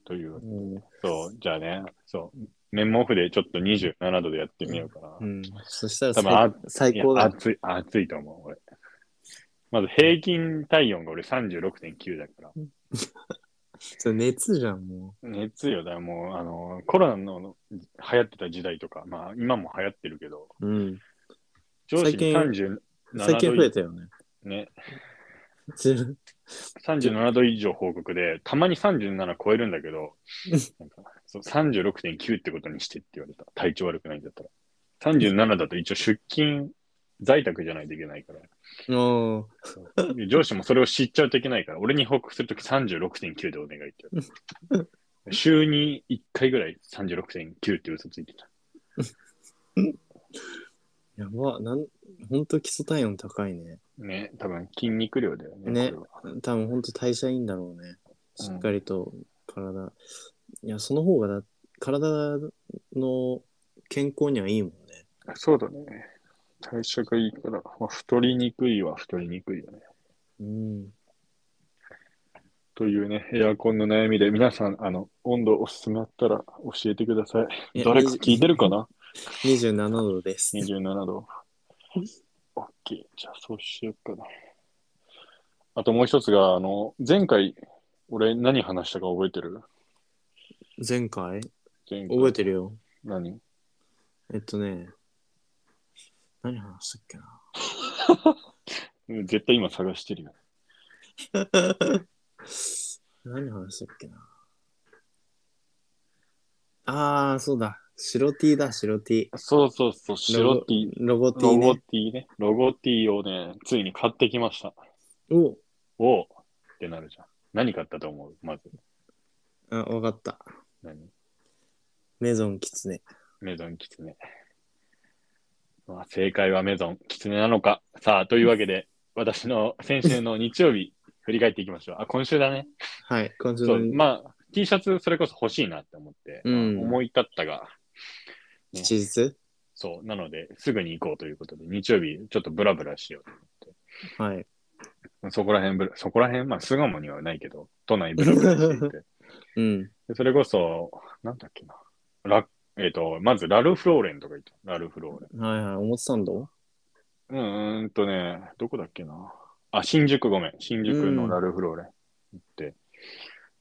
Speaker 1: という。
Speaker 2: うん
Speaker 1: そう、じゃあね、そう。綿毛布でちょっと27度でやってみようかな。
Speaker 2: うん、そしたら
Speaker 1: 多分あ
Speaker 2: 最最
Speaker 1: いや
Speaker 2: 高だ。
Speaker 1: 暑い、暑いと思う、俺。まず平均体温が俺36.9だから。
Speaker 2: それ熱じゃん、も
Speaker 1: 熱よ、だからもう、あの、コロナの流行ってた時代とか、まあ今も流行ってるけど、
Speaker 2: う。うん。
Speaker 1: 上司
Speaker 2: 最近
Speaker 1: 37
Speaker 2: 最近増え
Speaker 1: 度
Speaker 2: たよね。
Speaker 1: ね、
Speaker 2: 自分
Speaker 1: 37度以上報告で、たまに37超えるんだけど、なんかそう36.9ってことにしてって言われた。体調悪くないんだったら。37だと一応出勤、在宅じゃないといけないから。
Speaker 2: おー
Speaker 1: で上司もそれを知っちゃうといけないから、俺に報告するとき36.9でお願いって言われた。週に1回ぐらい36.9って嘘ついてた。
Speaker 2: やば、なん、ほんと基礎体温高いね。
Speaker 1: ね、多分筋肉量だよね。
Speaker 2: ね
Speaker 1: これは
Speaker 2: 多分ほんと代謝いいんだろうね。しっかりと体、いやその方がだ体の健康にはいいもんね
Speaker 1: そうだね。代謝がいいから、まあ、太りにくいは太りにくいよね。
Speaker 2: うん
Speaker 1: というね、エアコンの悩みで、皆さん、あの、温度おすすめあったら教えてください。
Speaker 2: いや
Speaker 1: 誰か聞いてるかな
Speaker 2: 27度です、
Speaker 1: ?27 度。OK。じゃあ、そうしようかな。あともう一つが、あの、前回、俺何話したか覚えてる
Speaker 2: 前回
Speaker 1: 前回
Speaker 2: 覚えてるよ
Speaker 1: 何
Speaker 2: えっとね何話したっけな
Speaker 1: うん絶対今探してるよ。
Speaker 2: 何話したっけなああそうだ白 T だ白 T
Speaker 1: そうそうそう、白 T。
Speaker 2: ロゴ T
Speaker 1: ロゴ
Speaker 2: ね
Speaker 1: T ね。ロゴ T をね、ついに買ってきました。
Speaker 2: お
Speaker 1: おうってなるじゃん。何買ったと思うまず。
Speaker 2: あわかった
Speaker 1: 何
Speaker 2: メゾンキツネ
Speaker 1: メゾンキツネ。まあ、正解はメゾンキツネなのか。さあ、というわけで、私の先週の日曜日、 振り返っていきましょう。あ、今週だね。
Speaker 2: はい今週
Speaker 1: そ
Speaker 2: の
Speaker 1: う、まあ、T シャツ、それこそ欲しいなって思って、
Speaker 2: うん
Speaker 1: 思い立ったが、
Speaker 2: 吉日
Speaker 1: そう、なので、すぐに行こうということで、日曜日、ちょっとブラブラしよ
Speaker 2: はい。
Speaker 1: う。そこら辺ブラ、そこら辺、まあ、巣鴨にはないけど、都内ブラブラして いて。
Speaker 2: うん。
Speaker 1: でそれこそ、なんだっけな。ラえっ、と、まずラルフローレンとか言った。ラルフローレン。
Speaker 2: はいはい。表参道
Speaker 1: うーんとね、どこだっけな。あ、新宿ごめん。新宿のラルフローレン行って、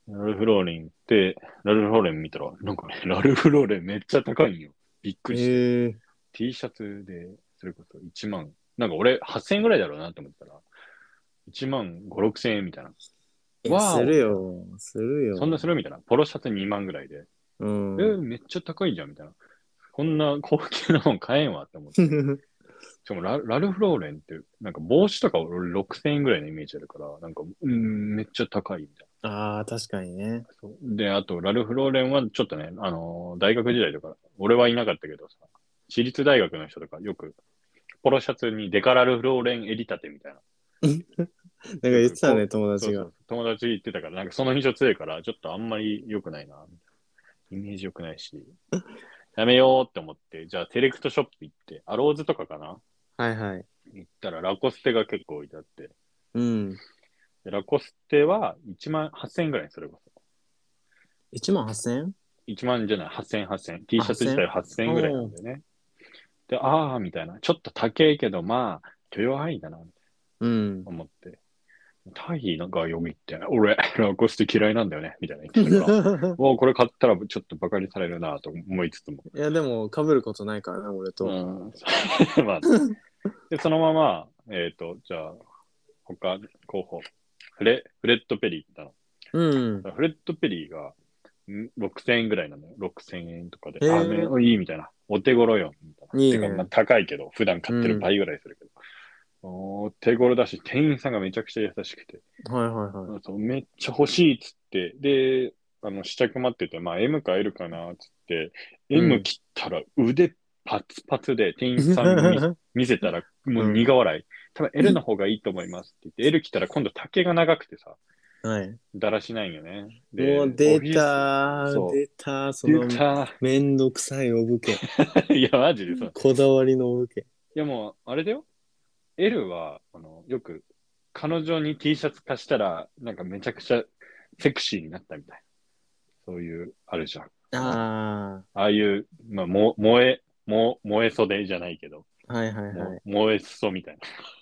Speaker 1: ラルフローレン行って、ラルフローレン見たら、なんかね、ラルフローレンめっちゃ高いんよ。びっくりして。
Speaker 2: へえ
Speaker 1: T シャツで、それこそ1万、なんか俺8000円ぐらいだろうなって思ったら、1万5、6000円みたいな。
Speaker 2: い
Speaker 1: わ
Speaker 2: や
Speaker 1: お
Speaker 2: するよ。するよ。
Speaker 1: そんなするみたいな。ポロシャツ2万ぐらいで。
Speaker 2: うん。
Speaker 1: えーめっちゃ高いじゃんみたいな。こんな高級なもん買えんわって思って。しかもララルフローレンって、なんか帽子とか俺6000円ぐらいのイメージあるから、なんか、うん、めっちゃ高いみたい
Speaker 2: ああ、確かにね。
Speaker 1: な。そうで、あと、ラルフローレンはちょっとね、あのー大学時代とか、俺はいなかったけどさ、私立大学の人とかよく、ポロシャツにデカラルフローレン襟立てみたいな。
Speaker 2: なんか言ってたね、友
Speaker 1: そう
Speaker 2: 達
Speaker 1: そ
Speaker 2: が。
Speaker 1: う友達言ってたから、なんかその印象強いから、ちょっとあんまり良くないな、みたいな。イメージ良くないし、やめようって思って、じゃあセレクトショップ行って、アローズとかかな
Speaker 2: はいはい。
Speaker 1: 行ったらラコステが結構置いてあって、
Speaker 2: うん。
Speaker 1: でラコステは1万8000円ぐらい、それこそ。
Speaker 2: 1万8000円
Speaker 1: 1万じゃない、8000、8000。T シャツ自体は8000円ぐらいなんだよね。で、ああ、みたいな。ちょっと高いけど、まあ、許容範囲だな、と
Speaker 2: うん。
Speaker 1: 思って。タイなんか読みって、俺、ラコステ嫌いなんだよね、みたいな言ってたから。もうこれ買ったらちょっとバカにされるなと思いつつも。
Speaker 2: いや、でも、被ることないからね、俺と。
Speaker 1: うん まあ、で、そのまま、えっ、と、じゃあ、他、候補。フレ、フレッドペリー行ったの。
Speaker 2: うん。
Speaker 1: フレッドペリーがん6000円ぐらいなのよ。6000円とかで。
Speaker 2: へー
Speaker 1: あ、めおいいみたいな。お手頃よ。みたいな。
Speaker 2: いいね
Speaker 1: てかまあ高いけど、普段買ってる倍ぐらいするけど。お手頃だし、店員さんがめちゃくちゃ優しくて。
Speaker 2: はいはいは
Speaker 1: そうめっちゃ欲しいっつって、で、あの試着待ってて、まあ、M か L かなっつって、
Speaker 2: うん
Speaker 1: M 切ったら腕パツパツで店員さんに 見
Speaker 2: い。
Speaker 1: 見せたらもう
Speaker 2: うん
Speaker 1: 苦笑い。多分 L の方がいいと思いますって言って、L 切ったら今度丈が長くてさ、
Speaker 2: はい。
Speaker 1: だらしないんよね。で
Speaker 2: もう出
Speaker 1: オフィス
Speaker 2: た
Speaker 1: そ
Speaker 2: ー、
Speaker 1: う
Speaker 2: 出たー、その
Speaker 1: 出、た
Speaker 2: めんどくさいお武家。
Speaker 1: いや、マジでさ。い
Speaker 2: こだわりのお武家。
Speaker 1: や、もう、あれだよ。L は、あの、よく、彼女に T シャツ貸したら、なんかめちゃくちゃセクシーになったみたいな。そういう、あるじゃん。
Speaker 2: あ
Speaker 1: ああいう、まあ、も燃え、も燃え袖じゃないけど、
Speaker 2: あ、はいはい
Speaker 1: も
Speaker 2: はい。
Speaker 1: 燃え裾みたい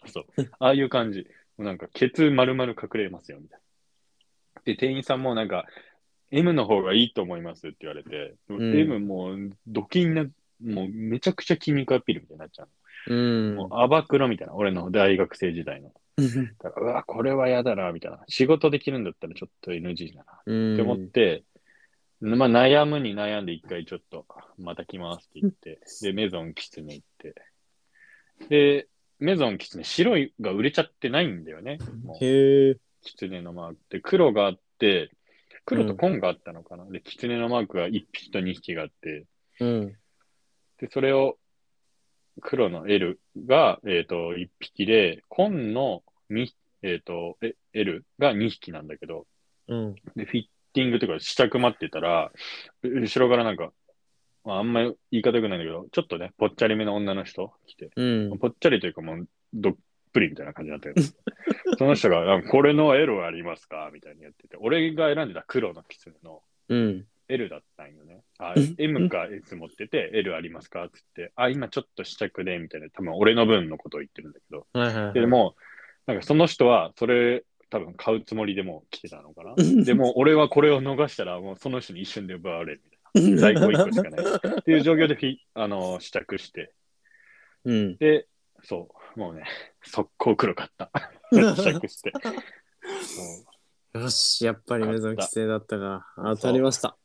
Speaker 1: な。 そう。ああいう感じ。もうなんか、ケツ丸々隠れますよ、みたいな。で、店員さんもなんか、M の方がいいと思いますって言われて、
Speaker 2: ん
Speaker 1: M もう、ドキンな、もうめちゃくちゃ筋肉アピールみたいになっちゃ
Speaker 2: う
Speaker 1: う。
Speaker 2: ん
Speaker 1: もう、。アバクロみたいな、俺の大学生時代の。だから、うわ、これは嫌だな、みたいな。仕事できるんだったらちょっと NG だな、
Speaker 2: うん
Speaker 1: って思って、まあ、悩むに悩んで一回ちょっと、また来ますって言って、で、メゾンキツネ行って、で、メゾンキツネ、白いが売れちゃってないんだよね。もう
Speaker 2: へえ。
Speaker 1: キツネのマークで、黒があって、黒と紺があったのかな。で、キツネのマークが1匹と2匹があって、
Speaker 2: うん。
Speaker 1: で、それを、黒の L が、えっ、と、1匹で、紺の2、えっ、と、え L が2匹なんだけど、
Speaker 2: うん。
Speaker 1: で、フィッティングというか、試着待ってたら、う後ろからなんか、まあ、あんまり言い方よくないんだけど、ちょっとね、ぽっちゃりめの女の人来て、
Speaker 2: うん。
Speaker 1: ぽっちゃりというか、もう、どっぷりみたいな感じだ ったけど、その人が、なんかこれのエロありますかみたいにやってて、俺が選んでた黒のキツネの
Speaker 2: うん。
Speaker 1: L だったんよね。あ
Speaker 2: うん、
Speaker 1: M か S 持ってて、L ありますかって言って、あ、今ちょっと試着で、みたいな、多分俺の分のことを言ってるんだけど、
Speaker 2: はいはいはい。
Speaker 1: で、も、なんかその人は、それ、多分買うつもりでも来てたのかな。でも、俺はこれを逃したら、もうその人に一瞬で奪われるみたいな。在庫1個しかない。っていう状況でフィ、あの、試着して。
Speaker 2: うん。
Speaker 1: で、そう、もうね、速攻黒か った。試着して。そう
Speaker 2: よし、やっぱりメゾン規制だったか。当たりました。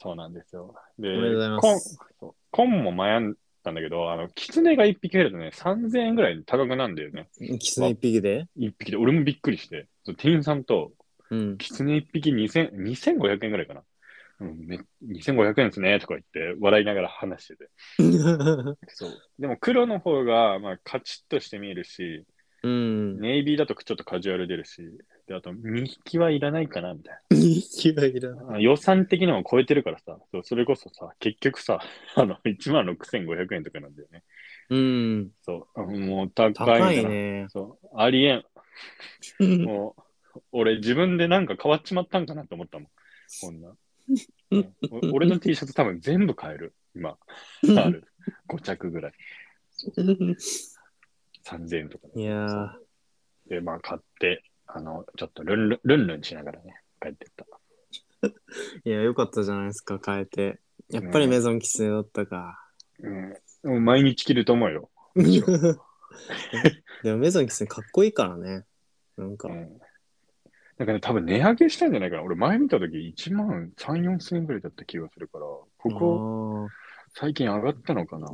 Speaker 1: そうなんですよ。
Speaker 2: お
Speaker 1: で、
Speaker 2: めでとうございます
Speaker 1: コンそうコンも悩んだんだけど、あの、キツネが1匹入るとね、3000円ぐらい高くなんだよね。
Speaker 2: キツネ一匹で
Speaker 1: 1匹で。俺もびっくりして。そう店員さんと、
Speaker 2: うん。
Speaker 1: キツネ1匹2000 2500円ぐらいかな。うん、め2500円ですねとか言って笑いながら話してて。そうでも黒の方が、まあ、カチッとして見えるし、
Speaker 2: うん。
Speaker 1: ネイビーだとちょっとカジュアル出るし、であと2匹はいらないかなみたい
Speaker 2: 2匹はいらない。
Speaker 1: な。予算的にも超えてるからさ、そうそれこそさ、結局さ、 あの1万6500円とかなんだよね。
Speaker 2: うん。
Speaker 1: そう、もう高いんだな
Speaker 2: 高いね。
Speaker 1: そう、ありえん。
Speaker 2: うん
Speaker 1: もう、俺自分でなんか変わっちまったんかなと思ったもん。こんな。ねお俺の T シャツ多分全部買える。今、ある。5着ぐらい。3000円とかで。
Speaker 2: いやー、
Speaker 1: で、まあ買って、あの、ちょっとルンルン、ルンルンしながらね、帰ってった。
Speaker 2: いや、よかったじゃないですか、変えて。やっぱりメゾン規制だったか。
Speaker 1: うん。でも毎日着ると思うよ。
Speaker 2: でもメゾン規制かっこいいからね。なんか
Speaker 1: う。ん。なんかね、多分値上げしたんじゃないかな。俺前見た時1万3、4千円ぐらいだった気がするから、ここ
Speaker 2: こ
Speaker 1: 最近上がったのかな。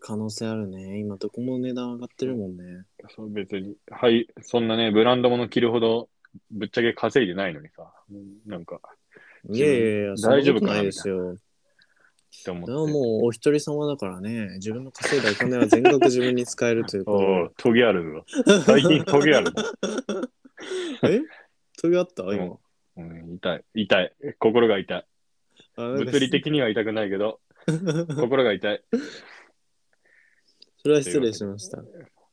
Speaker 2: 可能性あるね。今どこも値段上がってるもんね。
Speaker 1: そう別に、はい、そんなね、ブランド物着るほど、ぶっちゃけ稼いでないのにさ、うんなんか、
Speaker 2: いやいやいや、
Speaker 1: 大丈夫かな
Speaker 2: そんなことないですよ。
Speaker 1: って思
Speaker 2: それは
Speaker 1: って。
Speaker 2: もうお一人様だからね、自分の稼いだお金は全額自分に使えるということ
Speaker 1: おうトゲあるわ。最近トゲあるな。
Speaker 2: え飛びあった
Speaker 1: う
Speaker 2: 今
Speaker 1: ん。うん、痛い、痛い。心が痛い。
Speaker 2: あなんか
Speaker 1: 物理的には痛くないけど、心が痛い。
Speaker 2: それは失礼しました。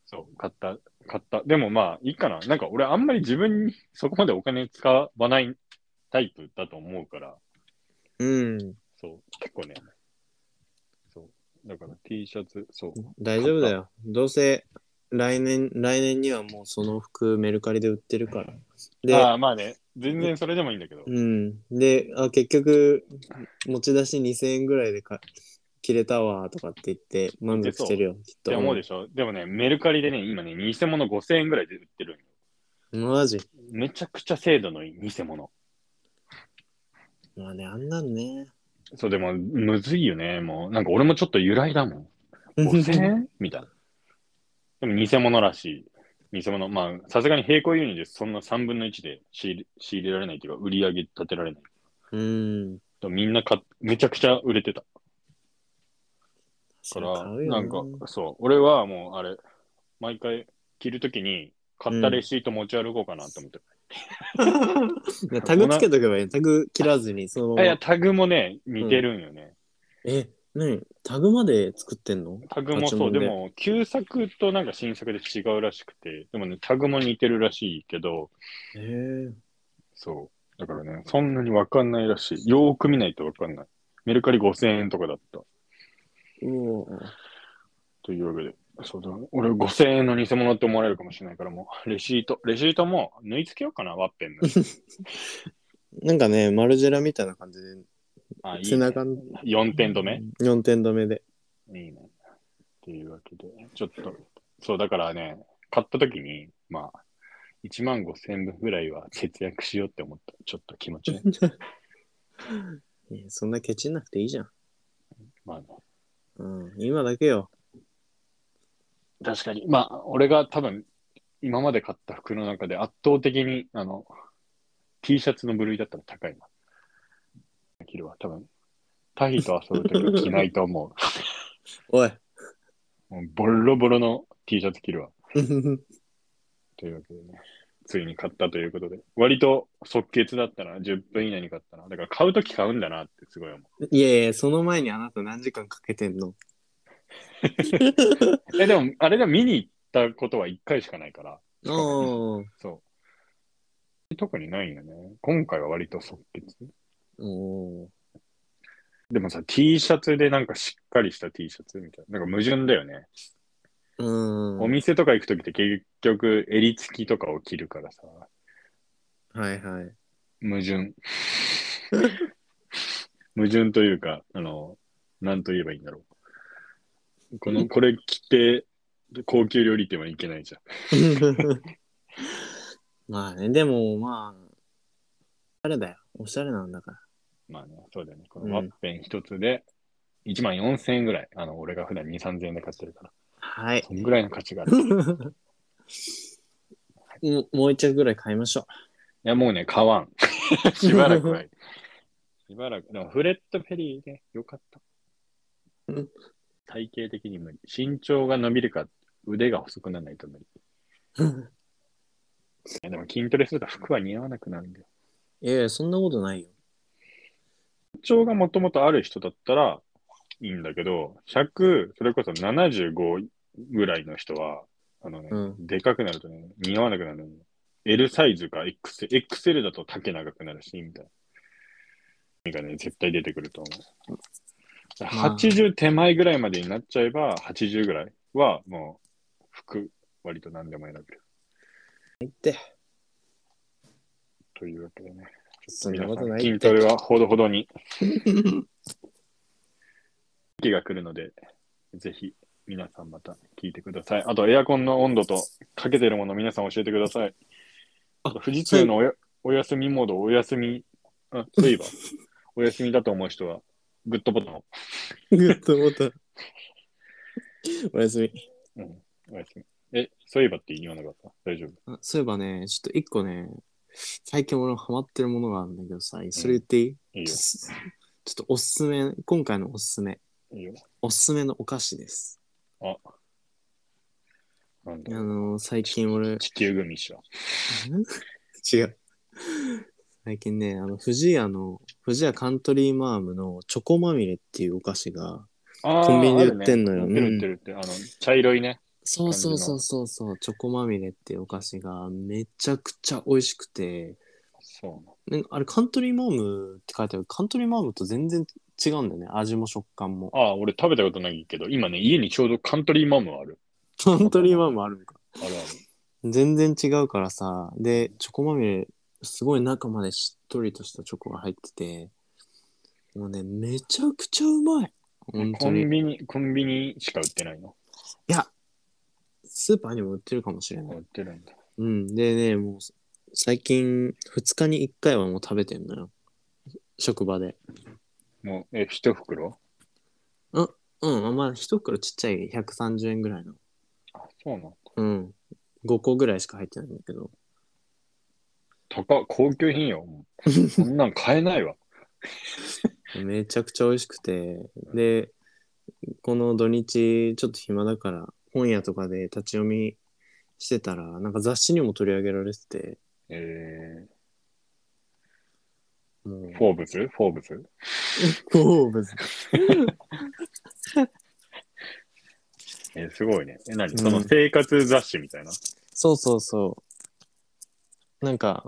Speaker 1: そう、買った、買った。でもまあ、いいかな。なんか俺、あんまり自分にそこまでお金使わないタイプだと思うから、
Speaker 2: うん。
Speaker 1: そう、結構ね、そう、だから T シャツ、そう、
Speaker 2: 大丈夫だよ。どうせ来年、来年にはもうその服メルカリで売ってるから。で、
Speaker 1: ああ、まあね、全然それでもいいんだけど、
Speaker 2: うん。で、あ、結局、持ち出し2000円ぐらいでか切れたわとかって言って満足してるよ、きっ
Speaker 1: っ
Speaker 2: と。
Speaker 1: て思うでしょ、でもね、メルカリでね、今ね、偽物5000円ぐらいで売ってるんよ
Speaker 2: マジ。
Speaker 1: めちゃくちゃ精度のいい偽物。
Speaker 2: まあね、あんなんね。
Speaker 1: そう、でも、むずいよね、もう。なんか俺もちょっと由来だもん。5000円みたいな。でも偽物らしい。偽物。まあ、さすがに並行輸入でそんな3分の1で仕入れ仕入れられないというか、売り上げ立てられない。
Speaker 2: うん。
Speaker 1: でもみんな買っめちゃくちゃ売れてた。
Speaker 2: そ
Speaker 1: か
Speaker 2: れ
Speaker 1: ら、
Speaker 2: 買う
Speaker 1: な
Speaker 2: よ
Speaker 1: んか、そう、俺はもうあれ、毎回着るときに、買ったレシート持ち歩こうかなと思って。
Speaker 2: いやタグつけとけばいい。タグ切らずに、そのまま
Speaker 1: あいや、タグもね、似てるんよね。
Speaker 2: え、何タグまで作ってんの
Speaker 1: タグも
Speaker 2: あ
Speaker 1: そ
Speaker 2: 注
Speaker 1: う、
Speaker 2: 文
Speaker 1: で
Speaker 2: で
Speaker 1: も、旧作となんか新作で違うらしくて、でもね、タグも似てるらしいけど、
Speaker 2: へえ。
Speaker 1: そう。だからね、そんなにわかんないらしい。よーく見ないとわかんない。メルカリ5000円とかだった。
Speaker 2: う
Speaker 1: というわけで、そうだ、俺5000円の偽物って思われるかもしれないから、もう、レシート、レシートも縫い付けようかな、ワッペンの。
Speaker 2: なんかね、マルジェラみたいな感じで、
Speaker 1: あ、いい、
Speaker 2: 背
Speaker 1: ね。
Speaker 2: 中の
Speaker 1: 4点止め、
Speaker 2: 4点止めで。
Speaker 1: いいね。っていうわけで、ちょっと、そう、だからね、買った時に、まあ、1万5000円分ぐらいは節約しようって思った。ちょっと気持ちね。
Speaker 2: いやそんなケチんなくていいじゃん。
Speaker 1: まあね、
Speaker 2: うん、今だけよ。
Speaker 1: 確かに。まあ、俺が多分、今まで買った服の中で圧倒的に、あの、T シャツの部類だったら高いな。着るわ、多分。タヒと遊ぶときは着ないと思
Speaker 2: おい。
Speaker 1: う。もうボロボロの T シャツ着るわ。というわけでね。ついに買ったということで、割と即決だったな、10分以内に買ったな。だから買うとき買うんだなってすごい思
Speaker 2: いやいや、その前にあなた何時間かけてんの
Speaker 1: う。え、でも、あれが見に行ったことは1回しかないから、
Speaker 2: おー
Speaker 1: そう。特にないよね。今回は割と即決。
Speaker 2: おー
Speaker 1: でもさ、T シャツでなんかしっかりした T シャツみたいな。なんか矛盾だよね。
Speaker 2: うーん。
Speaker 1: お店とか行くときって結局襟付きとかを着るからさ、
Speaker 2: はいはい。
Speaker 1: 矛盾。矛盾というか、あの、なんと言えばいいんだろう。この、これ着て、高級料理店は行けないじゃん。
Speaker 2: まあね、でもまあ、あれだよ。おしゃれなんだから。
Speaker 1: まあね、そうだよね。このワッペン一つで、1万4000円ぐらい。あの、俺が普段2、3000円で買ってるから。
Speaker 2: はい。
Speaker 1: そんぐらいの価値がある。い
Speaker 2: もうもう一着ぐらい買いましょ
Speaker 1: や、もうね、買わ ん。しばらくは。しばらく。でも、フレットフェリーね、よかった
Speaker 2: うん。
Speaker 1: 体型的に無理。身長が伸びるか、腕が細くならないと無理。
Speaker 2: う。
Speaker 1: いやでも筋トレすると服は似合わなくなるんだよ。
Speaker 2: いやいや、そんなことないよ。
Speaker 1: 身長がもともとある人だったらいいんだけど、100、それこそ75ぐらいの人は、あのね、
Speaker 2: うん
Speaker 1: でかくなるとね、似合わなくなるのよ L サイズか XL、XL だと丈長くなるし、みたいな。がね、絶対出てくると思う。
Speaker 2: まあ
Speaker 1: 80手前ぐらいまでになっちゃえば、80ぐらいはもう服、割と何でも選べる。
Speaker 2: 入って。
Speaker 1: というわけでね。
Speaker 2: そんなことない
Speaker 1: 筋ト
Speaker 2: って。
Speaker 1: レはほどほど に。時期が来るので、ぜひ皆さんまた聞いてください。あと、エアコンの温度とかけてるもの皆さん教えてください。あと富士通のおやお休みモード、お休み、あ、そう いえば、お休みだと思う人は、グッドボタンを。
Speaker 2: グッドボタン。おやすみ。
Speaker 1: うん、お休み。え、そういえばって言わなかった大丈夫。
Speaker 2: あそういえばね、ちょっと一個ね、最近俺ハマってるものがあるんだけどさ、それ言っていい、
Speaker 1: いい
Speaker 2: ち
Speaker 1: よ
Speaker 2: ょ。っとおすすめ、今回のおすすめ、
Speaker 1: いいよ。
Speaker 2: おすすめのお菓子です。
Speaker 1: なん
Speaker 2: あ
Speaker 1: だ
Speaker 2: のー、最近俺、
Speaker 1: 地球グミっしょ。
Speaker 2: 違う。最近ね、あの、富士屋の、富士屋カントリーマームのチョコまみれっていうお菓子が、
Speaker 1: あー
Speaker 2: コンビニで売ってんのよ
Speaker 1: あるね売ってる売ってるって、あの、茶色いね。
Speaker 2: そうそうそうそうそう、チョコまみれっていうお菓子がめちゃくちゃ美味しくて、
Speaker 1: そうなの
Speaker 2: ねあれカントリーマームって書いてある、カントリーマームと全然違うんだよね、味も食感も。
Speaker 1: ああ、俺食べたことないけど、今ね、家にちょうどカントリーマムある。
Speaker 2: カントリーマームあるのか。
Speaker 1: あるある。
Speaker 2: 全然違うからさ、で、チョコまみれ、すごい中までしっとりとしたチョコが入ってて、もうね、めちゃくちゃうまい。本
Speaker 1: コ
Speaker 2: 当に
Speaker 1: ン。ビニ、コンビニしか売ってないの。
Speaker 2: いや、スーパーにも売ってるかもしれな
Speaker 1: 売
Speaker 2: い。
Speaker 1: ってるんだ。
Speaker 2: うん。でね、もう、最近、2日に1回はもう食べてんのよ。職場で。
Speaker 1: もう、え、一袋
Speaker 2: うん。あまあ、一袋ちっちゃい130円ぐらいの。
Speaker 1: あ、そうなんだ。
Speaker 2: うん。5個ぐらいしか入ってないんだけど。
Speaker 1: 高っ、高級品よ。も うそんなん買えないわ。
Speaker 2: めちゃくちゃ美味しくて。で、この土日、ちょっと暇だから、本屋とかで立ち読みしてたら、なんか雑誌にも取り上げられてて、
Speaker 1: えー、
Speaker 2: もう、
Speaker 1: フォーブスフォーブス
Speaker 2: フォーブス
Speaker 1: えーすごいね。え、何
Speaker 2: ん
Speaker 1: その生活雑誌みたいな。
Speaker 2: そうそうそう。なんか、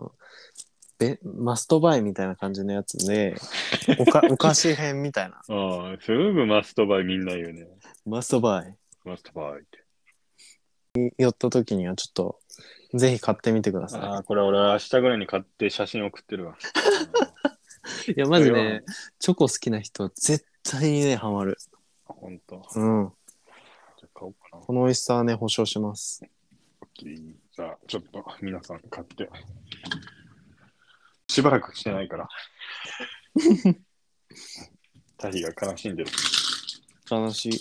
Speaker 2: べマストバイみたいな感じのやつで、おかお菓子編みたいな。
Speaker 1: ああ、すぐマストバイみんな言うね。
Speaker 2: マストバイ。
Speaker 1: マストバイって。
Speaker 2: 寄った時にはちょっと、ぜひ買ってみてくだ
Speaker 1: あ
Speaker 2: さ
Speaker 1: あ、これ俺明日ぐらいに買って写真送ってる わ。
Speaker 2: い。いや、マジ
Speaker 1: これは
Speaker 2: ね、チョコ好きな人、絶対にね、ハマる。
Speaker 1: ほんと。じ
Speaker 2: うん。
Speaker 1: ゃあ買おうかな。
Speaker 2: この美味しさはね、保証します。
Speaker 1: じゃあ、ちょっと皆さん買って。しばらく来てない から。タヒが悲しんでる。
Speaker 2: 悲しい。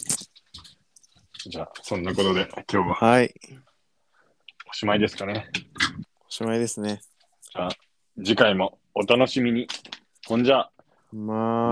Speaker 1: じゃあ、そんなことで今日は
Speaker 2: はい。
Speaker 1: おしまいですかね。
Speaker 2: おしまいですね。
Speaker 1: 次回もお楽しみに。ほんじゃあ。
Speaker 2: まあ。